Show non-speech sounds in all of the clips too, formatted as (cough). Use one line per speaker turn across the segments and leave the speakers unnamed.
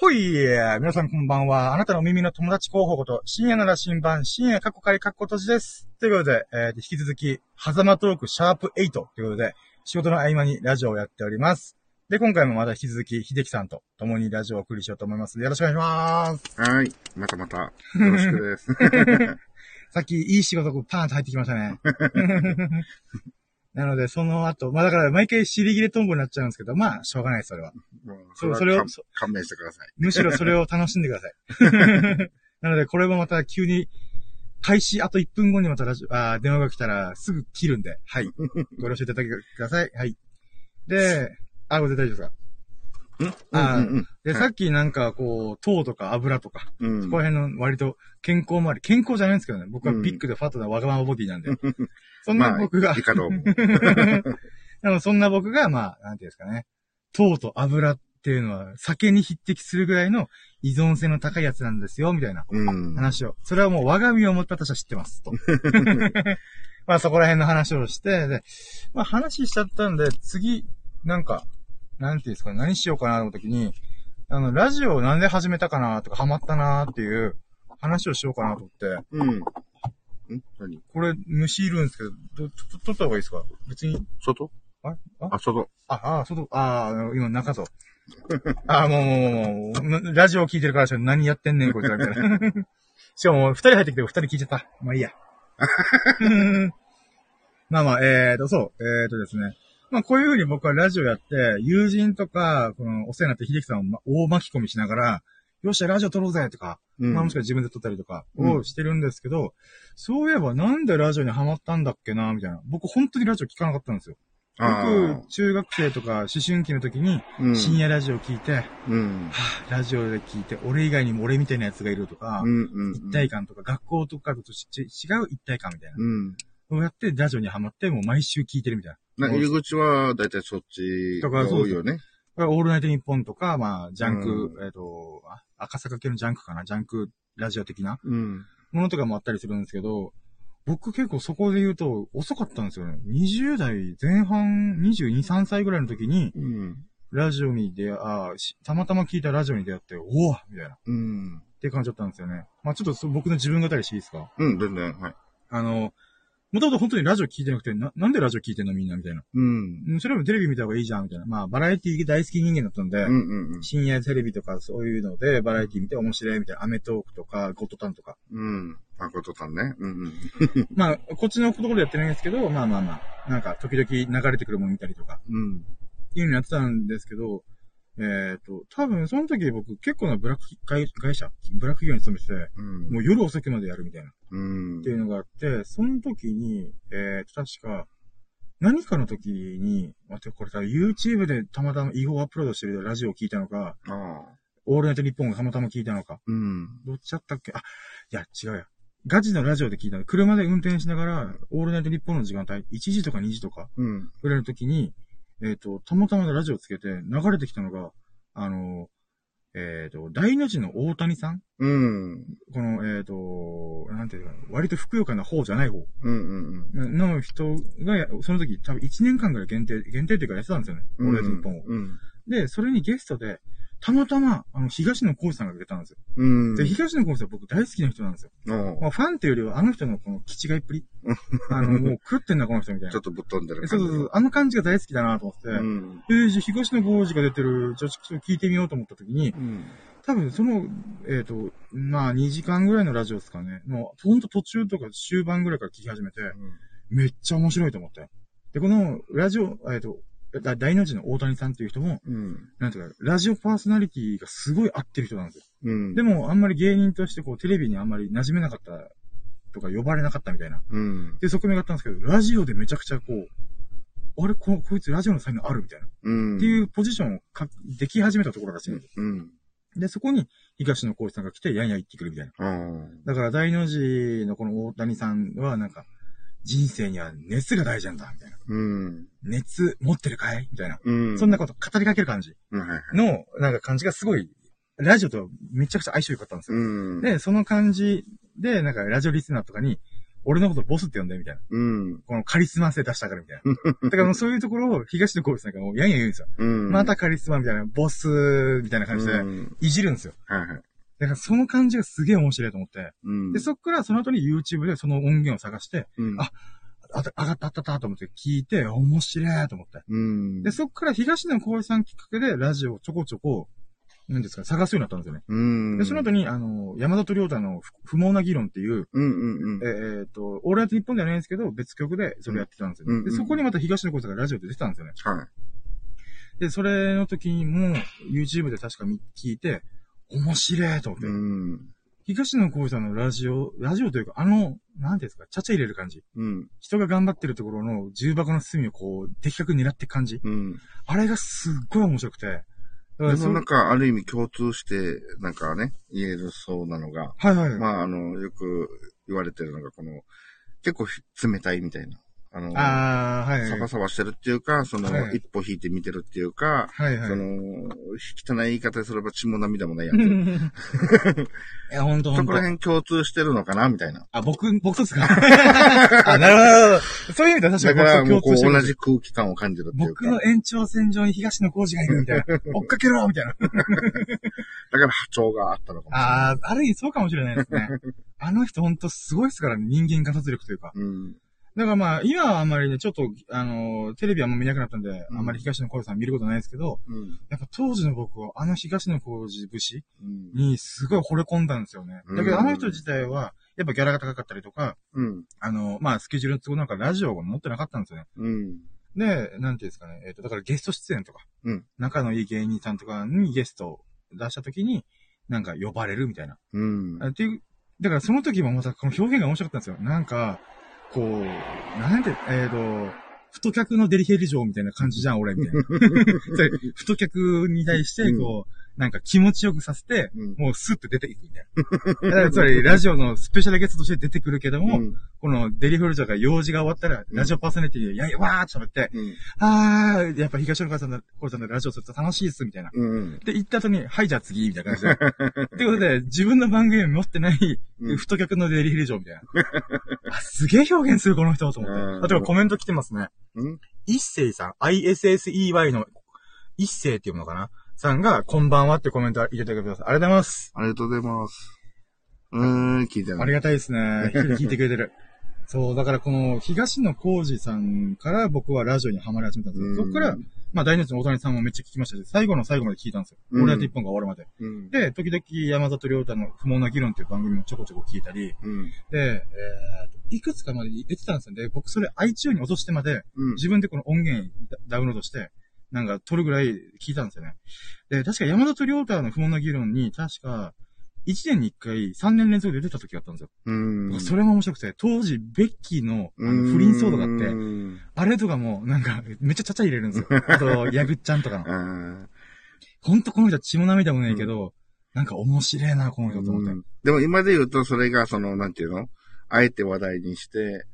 ほい皆さんこんばんは。あなたの耳の友達候補こと、深夜なら新版、深夜過去回過去年です。ということで、えー引き続き、狭間トークシャープ8ということで、仕事の合間にラジオをやっております。で、今回もまた引き続き、秀樹さんと共にラジオをお送りしようと思います。よろしくお願いします。
はーい。またまた。よろし
(laughs)
くです。
さっき、いい仕事がパーンと入ってきましたね。 (laughs) なので、その後、まあだから、毎回尻切れトンボになっちゃうんですけど、まあ、しょうがないです、それは。
もう
そう
は
それを
勘
そ
勘弁してください。
むしろそれを楽しんでください。
(laughs)
なので、これもまた急に、開始あと1分後にまたラジオ、あー電話が来たらすぐ切るんで、はい。ご了承いただけください。はい。で、あ、これで大丈夫ですかあー
うん
で、
はい
さっきなんかこう、糖とか油とか、
うんう
そ
ん。
こら辺の割と健康周り、健康じゃないんですけどね、僕はビッグでファットなわがままボディなん
(laughs)
で。そん
ま
な
あ、
僕が
いい、かど
(laughs)
うも。
でもそんな僕が、まあ、なんていうんですかね。糖と油っていうのは酒に匹敵するぐらいの依存性の高いやつなんですよ、みたいな
うん。
話を。それはもう我が身を持った私は知ってます、と。まあそこら辺の話をして、で、まあ話しちゃったんで、次、なんか、なんていうんですかね、何しようかなと思った時に、あの、ラジオをなんで始めたかなとか、ハマったなっていう話をしようかなと思って、
うん。ん何
これ虫いるんですけど、ど、ちょっと取った方がいいですか別に、
外
ああ
あ、外。
あ、あ、外、ああ、今中ぞ。 (laughs) ああ、もう、もう、もう、ラジオ聞いてるからしょ何やってんねん、こいつら、みたいな。 (laughs) しかも、二人入ってきて、二人聞いちゃった。まあいいや。 (laughs) まあまあ、えーと、そう、えーとですね。まあ、こういう風に僕はラジオやって、友人とか、この、お世話になって秀樹さんをま大巻き込みしながら、よっしゃ、ラジオ撮ろうぜとか、
うん
まあもしくは自分で撮ったりとか
う
をしてるんですけど、そういえばなんでラジオにハマったんだっけな、みたいな。僕本当にラジオ聞かなかったんですよ。
あ
僕、中学生とか思春期の時に、
ーうん
深夜ラジオ聞いて、
うん。
はぁラジオで聞いて、俺以外にも俺みたいなやつがいるとか、
うん。うん。
一体感とか、学校とかとち違う一体感みたいな。
うん。
そうやってラジオにハマって、もう毎週聞いてるみたいな。
なんか入り口は、だいたいそっちが多いよね。
これオールナイトニッポンとか、まあ、ジャンク、
う
えっ、と、あ赤坂系のジャンクかな、ジャンクラジオ的な
うん。
ものとかもあったりするんですけど、僕結構そこで言うと遅かったんですよね。20代前半、22、3歳ぐらいの時に、
うん。
ラジオに出会、あしたまたま聞いたラジオに出会って、おおみたいな。っ
うん。
て感じだったんですよね。まあちょっとそ僕の自分語りしていいですか
うん、全然、はい。
あの、もともと本当にラジオ聞いてなくて、な、なんでラジオ聞いてんのみんなみたいな。
うん。
うんそれよりもテレビ見た方がいいじゃんみたいな。まあバラエティ大好き人間だったんで、
うんうんうん。
深夜テレビとかそういうのでバラエティ見て面白いみたいな。アメトークとか、ゴッドタンとか。
うん。誠さんね。うんうん。
まあ、こっちのところでやってないんですけど、まあまあまあ、なんか時々流れてくるもの見たりとか。
うん。
いうのやってたんですけど、えっ、と、多分その時僕結構なブラック会会社、ブラック企業に勤めてて、
うん。
もう夜遅くまでやるみたいな、っ
うん。
ていうのがあって、その時に、えっ、と、確か、何かの時に、待って、これ多分 YouTube でたまたま違法アップロードしてるラジオを聞いたのか、
ああ。
オールナイトニッポンがたまたま聞いたのか、
うん。
どっちだったっけあ、いや、違うや。ガチのラジオで聞いたの。車で運転しながら、オールナイトニッポンの時間帯、1時とか2時とか、
うん。
ぐらいの時に、えっ、と、たまたまラジオつけて流れてきたのが、あの、えっ、と、大の字の大谷さん
うん。
この、えっ、と、なんていうかな、割とふくよかな方じゃない方
うんうん
の人が、やその時多分1年間ぐらい限定、限定っていうかやってたんですよね。
うん。
俺たち日本を。
うん。
で、それにゲストで、たまたま、あの、東野幸治さんが出たんですよ。
うん。
で、東野幸治さん僕大好きな人なんですよ。
おう
まあ、ファンっていうよりは、あの人のこの気違いっ
(laughs)
ぷり。あの、もう狂ってんな、この人みたい
ちょ
な
っ。とぶっ飛んでる
そ
感
う
じ。
そうそう、あの感じが大好きだなと思って。
うん。
えー、じゃあ東野幸治が出てる、じゃあちょっと聞いてみようと思った時に、
うん。
多分その、えっ、と、まあ2時間ぐらいのラジオですかね。もうほんと途中とか終盤ぐらいから聞き始めて、めっちゃ面白いと思って。で、このラジオ、えっ、と、だ大の字の大谷さんっていう人も、
うん。
なんていうか、ラジオパーソナリティがすごい合ってる人なんですよ。
うん。
でも、あんまり芸人としてこう、テレビにあんまり馴染めなかったとか、呼ばれなかったみたいな。
うん。
で、側面があったんですけど、ラジオでめちゃくちゃこう、あれこ、こいつラジオの才能あるみたいな。
うん。
っていうポジションをかでき始めたところらしいんですよ。
うん。
で、そこに東野幸治さんが来て、やんや言ってくるみたいな。
うん。
だから、大の字のこの大谷さんは、なんか、人生には熱が大事なんだ、みたいな。
うん。
熱持ってるかいみたいな。
うん。
そんなこと語りかける感じ
うん。はいはい。
の、なんか感じがすごい、ラジオとめちゃくちゃ相性良かったんですよ。
うん。
で、その感じで、なんか、ラジオリスナーとかに、俺のことボスって呼んで、みたいな。
うん。
このカリスマ性出したから、みたいな。だからもうそういうところを東野幸治さんがもうやんや言うんですよ。
うん。
またカリスマみたいな、ボスみたいな感じで
う、ん
いじるんですよ。
はいはい。
だからその感じがすげえ面白いと思って。
うん。
で、そっからその後に YouTube でその音源を探して、
うん。
ああた、上がったあったあったと思って聞いて、面白いと思って。
うん。
で、そっから東野幸治さんきっかけでラジオをちょこちょこ、なんですか、探すようになったんですよね。
うん。
で、その後に、あの、山里亮太の不不毛な議論っていう、
うんうん
えーえーっと、俺は日本ではないんですけど、別局でそれやってたんですよ
うん
ね。
うん
で、そこにまた東野幸治さんがラジオで出てたんですよね。
うん。はい。
で、それの時にも、YouTube で確か見聞いて、面白いと思って。
うん。
東野幸治さんのラジオ、ラジオというか、あの、なんていうんですか、ちゃちゃ入れる感じ。
うん。
人が頑張ってるところの重箱の隅をこう、的確に狙っていく感じ。
うん。
あれがすっごい面白くて。だから
で
そ
もなんか、ある意味共通して、なんかね、言えるそうなのが、
はいはい。
まあ、あの、よく言われてるのが、この、結構ひ冷たいみたいな。あの、
ああー、はい
サ
は
バ
い。
サバしてるっていうか、その、
はい
一歩引いて見てるっていうか、
はい
そ
はい。
の、汚い言い方すれば血も涙もないや
(laughs)
つ。
いや、ほんとほ
そ
ん
ことら。辺共通してるのかなみたいな。
あ、僕、僕とですか (laughs) あ、なるほど。そういう意味では
だ
確
か、
からに
もう
僕と共通
こう、
して
同
る。
じ空気感を感じるっていう
僕
か。だ
の延長線上に東野浩二がいるみ
(laughs)
たいな。追っかけろみたいな。
から波長があったのかもしれない。
ああ、ある意味そうかもしれないですね。あの人ほんとすごいですからね、人間観察力というか。
うん。
だからまあ、今はあんまりね、ちょっと、あのーテレビはあんま見なくなったんで、
うん
あんまり東野幸治さん見ることないですけど、
うん。
やっぱ当時の僕は、あの東野幸治節
うん。
にすごい惚れ込んだんですよね。だけ
うん
どあの人自体は、やっぱギャラが高かったりとか、
うん。
あのーまあ、スケジュールの都合なんかラジオが持ってなかったんですよね。
うん。
で、なんていうんですかね、えっ、と、だからゲスト出演とか、
うん
仲のいい芸人さんとかにゲストを出した時に、なんか呼ばれるみたいな。
うん。
あっていう、だからその時もまたこの表現が面白かったんですよ。なんか、こう、なんて、えっ、と、太客のデリヘル嬢みたいな感じじゃん、俺、みたいな。
(laughs)
で太客に対して、こう、なんか気持ちよくさせて、
うん
もうスッて出ていくみたいな。だ
(laughs)
からつまり、ラジオのスペシャルゲストとして出てくるけども、
うん
このデリヘル嬢が用事が終わったら、
うん
ラジオパーソナリティで、いやいや、わーって喋って、
うん。
あー、やっぱ東野さんの、こうさんのラジオすると楽しいっす、みたいな。
うん。
で、行った後に、はい、じゃあ次、みたいな
(laughs)
感じで。ってことで、自分の番組を持ってない、
うん
太客のデリヘル嬢みたいな。あ、すげえ表現する、この人、と思
う
っ
ん
て。あ、とかコメント来てますね。
うん
一星さん、ISSEY の一星っていうのかなさんが、こんばんはってコメント入れてください。ありがとうございます。
ありがとうございます。うーん、聞いて
あ
ない。
りがたい
(laughs)
ですね。聞いてくれてる。そう、だからこの、東野幸治さんから僕はラジオにハマり始めたんですよ。そこから、まあ、大日の大谷さんもめっちゃ聞きましたし、最後の最後まで聞いたんですよ。
うん
俺だって一本が終わるまで。
うん、
で、時々山里亮太の不毛な議論っていう番組もちょこちょこ聞いたり、
うん、
で、えーと、いくつかまで出てたんですよね。で僕それ iTunes に落としてまで、
うん。
自分でこの音源ダダウンロードして、なんか撮るぐらい聞いたんですよね。で、確か山里亮太の不毛な議論に、確か、1年に1回3年連続で出た時があったんですよ。
うん。
それも面白くて、当時、ベッキーのあ
う
の
ん、
不倫騒動があっ
う
て、
ん
あれとかも、なんか、めっちゃちゃちゃ入れるんですよ。あと、ヤグちゃんとかの。
あ
ほんとこの人は血も涙もないけど、なんか面白いな、この人と思って。
ーでも今で言うと、それが、その、なんていうのあえて話題にして、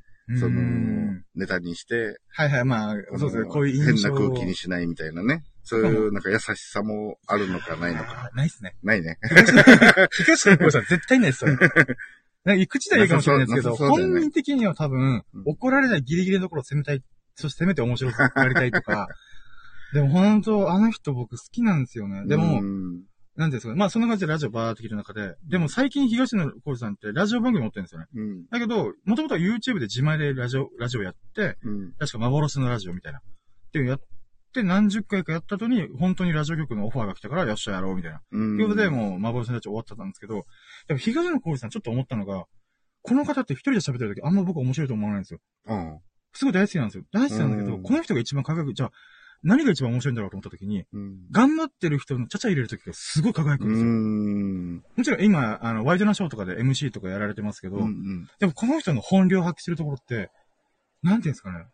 そうの
ん、
ネタにして、
はいはい、まあ、そうですね、
あの
こういう印象
変な空気にしないみたいなね。そういう、なんか優しさもあるのか、ないのか。
あーないっすね。
ないね。
東野幸治さん絶対ないっす
(laughs)
よ。なんか口では言うかもしれないですけど、
なさそうなさそうだよ
本
ね
人的には多分
うん、
怒られないギリギリのところを攻めたい、そして攻めて面白くやりたいとか、 (laughs) でも本当、あの人僕好きなんですよね。でも、
うん、
なんていうんですか、まあそんな感じでラジオバーって聞いた中で、でも最近東野幸治さんってラジオ番組持ってるんですよね。
うん、
だけど、もともとは YouTube で自前でラジオ、ラジオやって、
うん、
確か幻のラジオみたいな。っていうのやって、何十回かやった後に、本当にラジオ局のオファーが来たから、よっしゃやろう、みたいな。
うん。
ということで、もう幻のラジオ終わってたんですけど、でも東野幸治さんちょっと思ったのが、この方って一人で喋ってる時あんま僕面白いと思わないんですよ。
うん、
すごい大好きなんですよ。大好きなんだけど、
うん
この人が一番輝く、じゃあ、何が一番面白いんだろうと思った時に、
うん。
頑張ってる人のちゃちゃ入れる時がすごい輝く
うん
ですよ。
ん。
もちろん今、あの、ワイドナショーとかで MC とかやられてますけど、
うん。
でもこの人の本領発揮するところって、なんていうんですかね。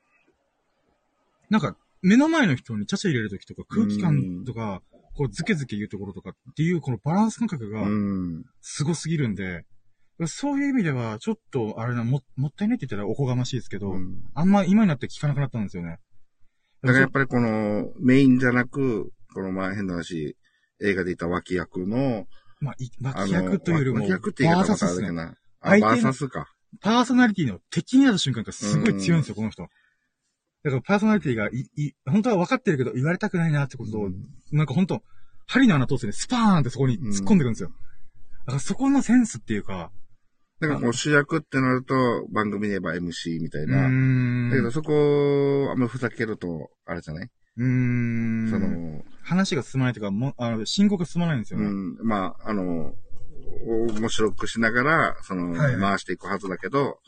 なんか、目の前の人にちゃちゃ入れるときとか、空気感とか、こう、ズケズケ言うところとかっていう、このバランス感覚が
うん。
すごすぎるんで、そういう意味では、ちょっと、あれな、も、もったいないって言ったらおこがましいですけど、
うん
あんま今になって聞かなくなったんですよね。
だからやっぱりこのメインじゃなく、このまあ変な話、映画でいた脇役の、
まあ、い
あ
脇
の
役というよりも、
脇役って言い方
バーサ
も
ス
さ
で、す
だけ
ね。
な。あ、
相手の
バーサスか。
パーソナリティの敵になる瞬間がすごい強いんですよ、この人。だからパーソナリティがい、い、本当は分かってるけど言われたくないなってことを、なんか本当針の穴通すね、スパーンってそこに突っ込んでくるんですよ。だからそこのセンスっていうか、
なんかこう主役ってなると、番組で言えば MC みたいうな。
ん
だけどそこ、あんまふざけると、あれじゃない、
うーん。
その、
話が進まないというか、もあの進行が進まないんですよ
う
ね。
ん、まあ、あの、面白くしながら、その、
はい
回していくはずだけど、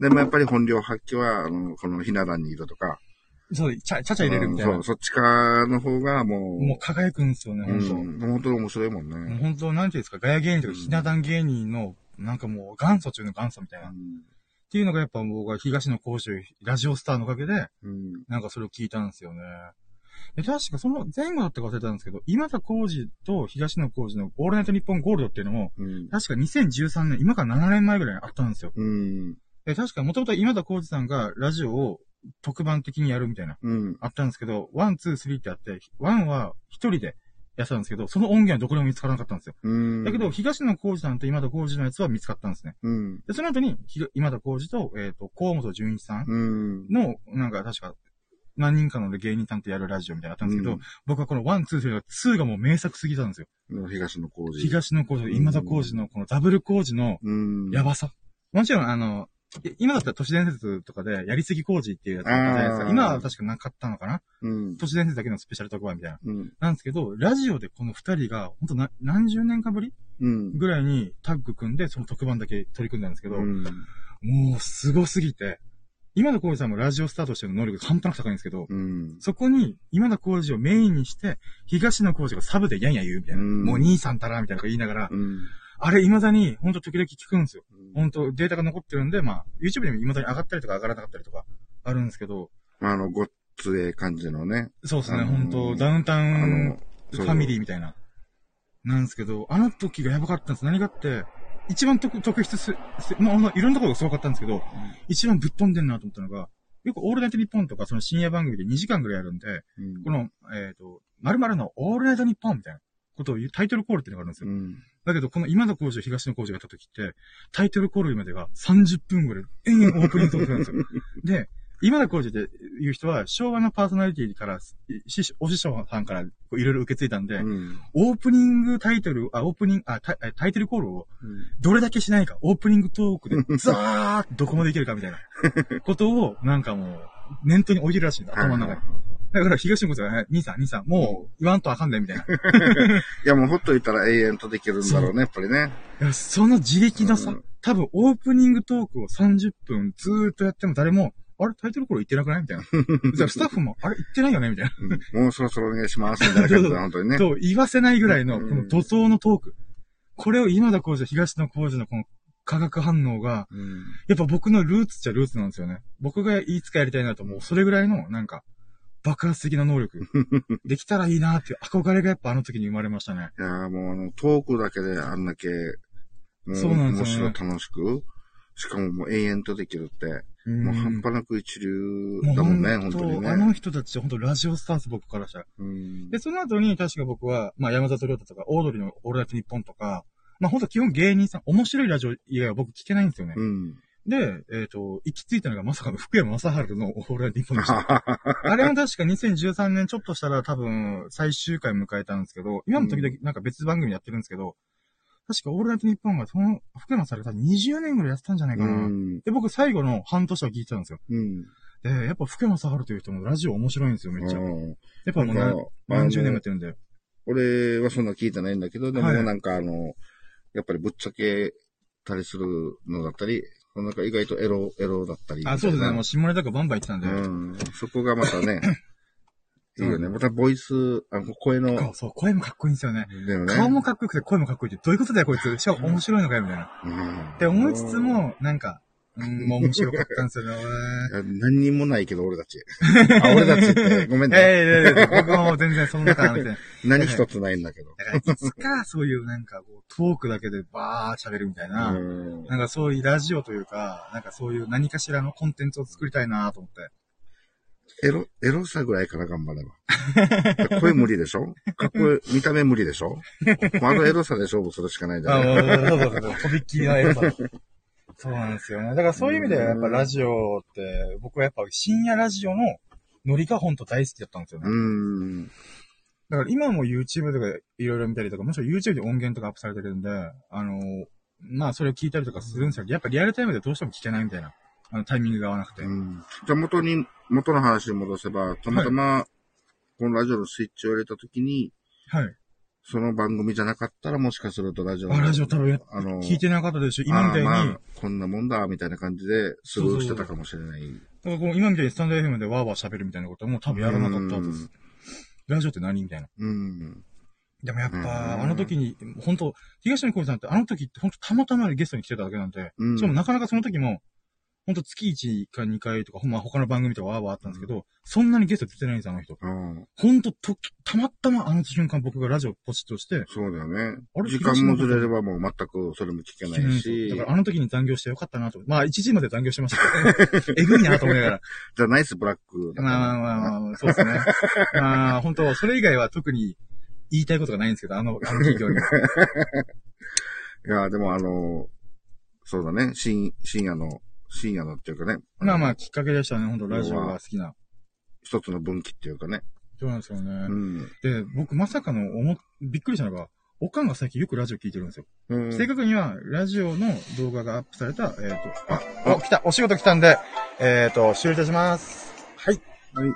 でもやっぱり本領発揮は、あの、このひな壇にいるとか、
そう、ちゃ、ちゃちゃ入れるみたいな。
うんそう、そっちかの方がもう、
もう輝くんですよね、
う
本
ん、
当、
本当に面白いもん
もう
ね。
本当なんていうんですか、ガヤ芸人とか
うん
ひな壇芸人の、なんかもう元祖中の元祖みたいな。っていうのがやっぱ僕は東野幸州ラジオスターのおかげで、
うん。
なんかそれを聞いたんですよね。で、確かその前後だったか忘れたんですけど、今田浩二と東野幸治のオールナイトニッポンゴールドっていうのも、
うん。
確か2013年、今から7年前ぐらいにあったんですよ。
うん。
で、確か元々は今田浩二さんがラジオを特番的にやるみたいな、
うん。
あったんですけど、ワン、ツー、スリーってあって、ワンは一人でやってたんですけど、その音源はどこにも見つからなかったんですよ。
うん。
だけど、、東野幸治さんと今田浩二のやつは見つかったんですね。
うん。
で、その後に、ひが今田浩二と、えっ、と、河本純一さん
うん。
の、なんか確か、何人かの芸人さんとやるラジオみたいなのあったんですけど、
うん
僕はこのワン、ツー、スリーが、ツーがもう名作すぎたんですよ。
の東野幸治。
東野浩二と今田浩二のこのダブル浩二の
うん。
やばさ。もちろん、あの、い今だったら都市伝説とかで、やりすぎ工事っていうやつあったじゃないです
あ
か。
ー
今は確かなかったのかな
うん。
都市伝説だけのスペシャル特番みたいな。
うん。
なんですけど、ラジオでこの二人が、ほんとな何十年かぶり
うん。
ぐらいにタッグ組んで、その特番だけ取り組んだんですけど、
うん。
もう凄すぎて、今田耕司さんもラジオスタートしてる能力が半端なく高いんですけど、
うん。
そこに、今田耕司をメインにして、東野耕司がサブでやんや言うみたいな。
うん
もう兄さんたら、みたいなこと言いながら、
うん。
あれ未だに、ほんと時々聞くんですよ。本当データが残ってるんで、まあ、YouTube でも未だに上がったりとか上がらなかったりとか、あるんですけど、
まあ、あの、ごっつええ感じのね。
そうです
あ
ね、
のー
本当ダウンタ
あ
ウン
の、
ファミリ
ー。
ーみたいな、なんですけど、あの時がやばかったんです。何があって、一番特特筆す、すまあ、あの、いろんなところがすごかったんですけど、一番ぶっ飛んでんなと思ったのが、よくオールナイトニッポンとか、その深夜番組で2時間ぐらいやるんで、
うん
この、えっ、と、〇〇のオールナイトニッポンみたいなことを言う、タイトルコールっていうのがあるんですよ。
うん。
だけど、この今田工事と東野工事がやった時って、タイトルコールまでが30分ぐらい、延々オープニングトークなん (laughs) ですよ。で、今田工事っていう人は、昭和のパーソナリティから、師匠お師匠さんからこういろいろ受け継いだんで、
うん。
オープニングタイトル、あ、オープニング、あ、タイタイトルコールをどれだけしないか、オープニングトークで、ザーッとどこまでいけるかみたいなことを、なんかもう、念頭に置いてるらしいんだ、頭の中に。だから、東野工事は、え兄さん、兄さん、もう言わんとあかんで、みたいな。い
いや、もうほっといたら永遠とできるんだろうね、やっぱりね。
やその自力のさ、
うん
多分オープニングトークを30分ずーっとやっても誰も、あれタイトルコール言ってなくないみたいな。じゃあスタッフも、あれ言ってないよねみたい
うんもうそろそろお願いします、みたいな感じで、本当にね
な。。と言わせないぐらいの、
う
こ
ん
の怒涛のトーク。これを今田耕司と東野耕司のこの化学反応が、
うん
やっぱ僕のルーツっちゃルーツなんですよね。僕がいつかやりたいなと思う。それぐらいの、なんか、爆発的な能力。できたらいいなっていう憧れがやっぱあの時に生まれましたね。
いやーもうあの、トークだけであんだけ、も
そうなんで
面
すよ
白
ね
い楽しく、しかももう永遠とできるって、
うん
もう半端なく一流
もう
だもん
本
ね、本当に
当あの
ね。
人たち本当ラジオスタンス僕からしたら。
うん
で、その後に確か僕は、まあ山里亮太とか、オードリーのオールナイトニッポンとか、まあ本当基本芸人さん、面白いラジオ以外は僕聞けないんですよね。
うん。
で、えっ、と、行き着いたのがまさかの福山雅治のオールナイトニッポンでし
(laughs)
た。
あ
あれも確か2013年ちょっとしたら多分最終回迎えたんですけど、今も時々なんか別番組やってるんですけど、確かオールナイトニッポンがその福山雅治が20年ぐらいやってたんじゃないか
う
な。
ん。
で、僕最後の半年は聞いてたんですよ。
うん。
で、やっぱ福山雅治という人もラジオ面白いんですよ、めっちゃ。や
うん
っぱもう
な
なん
か
何十年もやっ
あの
てるんで。
俺はそんな聞いてないんだけど、でも
はい
なんかあの、やっぱりぶっちゃけたりするのだったり、なんか意外とエロ、エロだったり。
あ、そうですね。もう下ネタがバンバン言ってたんで。
うん。そこがまた
(laughs)
ね、いいよね。
うん
またボイス、あの声の、
そうそう、声もかっこいいんですよね。
だよね
顔もかっこよくて声もかっこいいって、どういうことだよ、こいつ。しかも面白いのかよ、みたいな。
うん
って思いつつ、も、なんか、うん、もう面白かったんですよね。
(laughs) いや何にもないけど俺
(laughs)
たち。あ俺たちって、ご
俺
めんね。
ええええええ僕も全然その中なんで。
何一つないんだけど。
だから、いつかそういうなんかこう、トークだけでバー喋るみたいな、
うん
なんかそういうラジオというか、なんかそういう何かしらのコンテンツを作りたいなと思って。
エロ、エロさぐらいから頑張れば。声無理でしょかっこいい、見た目無理でしょまだエロさで勝負するしかないじゃ
あ
な
も
い (laughs)
うそうそうそうそう、とびっきりのエロさ。そうなんですよね。だからそういう意味ではやっぱラジオって、僕はやっぱ深夜ラジオのノリが本当大好きだったんですよね。
うん。
だから今も YouTube とかいろいろ見たりとか、もちろん YouTube で音源とかアップされてるんで、あのまあそれを聞いたりとかするんですけど、やっぱリアルタイムでどうしても聞けないみたいな、あのタイミングが合わなくて。
うんじゃあ元に、元の話に戻せば、たまたま、このラジオのスイッチを入れたときに、
はい。
その番組じゃなかったらもしかするとラジオの
あラジオ多分やっ
あの、
聞いてなかったでしょ今みたいに、
あーまあこんなもんだ、みたいな感じで、スルーしてたかもしれない。
だからこう今みたいにスタンド FM でワーワー喋るみたいなことはもう多分やらなかったで
うん
す。ラジオって何みたいな。
うん。
でもやっ
うん
ぱ、あの時に、本当東野幸治さんってあの時って本当たまたまにゲストに来てただけなんで、
うん
しかもなかなかその時も、本当月1か2回とか、ほんま他の番組とかワーワーあったんですけど、そんなにゲスト出てないんです、あの人。
うん
本当と、たまたまあの瞬間僕がラジオポチッとして、
そうだよね
あ。れ
時間もずれればもう全くそれも聞けな
聞けない
い
んです
し、
よだからあの時に残業してよかったなと。まあ1時まで残業してましたけど、 (laughs) えぐいなと思いなが
(laughs)
ら。
じゃあナイスブラックだから。
まあまあまあまあ、そうですね。まあ、本当それ以外は特に言いたいことがないんですけど、あの、あの企業には。
いや、でもあの、そうだね、深深夜の、深夜のっていうかね。
まあまあ、きっかけでしたね、本当ラジオが好きな。
一つの分岐っていうかね。
そうなんですよ
う
ね。
ん。
で、僕まさかの思っ、びっくりしたのが、おかんが最近よくラジオ聞いてるんですよ。
うん
正確には、ラジオの動画がアップされた、えっ、と、あ、お、来た、お仕事来たんで、えっ、と、終了いたします。はい。
はい。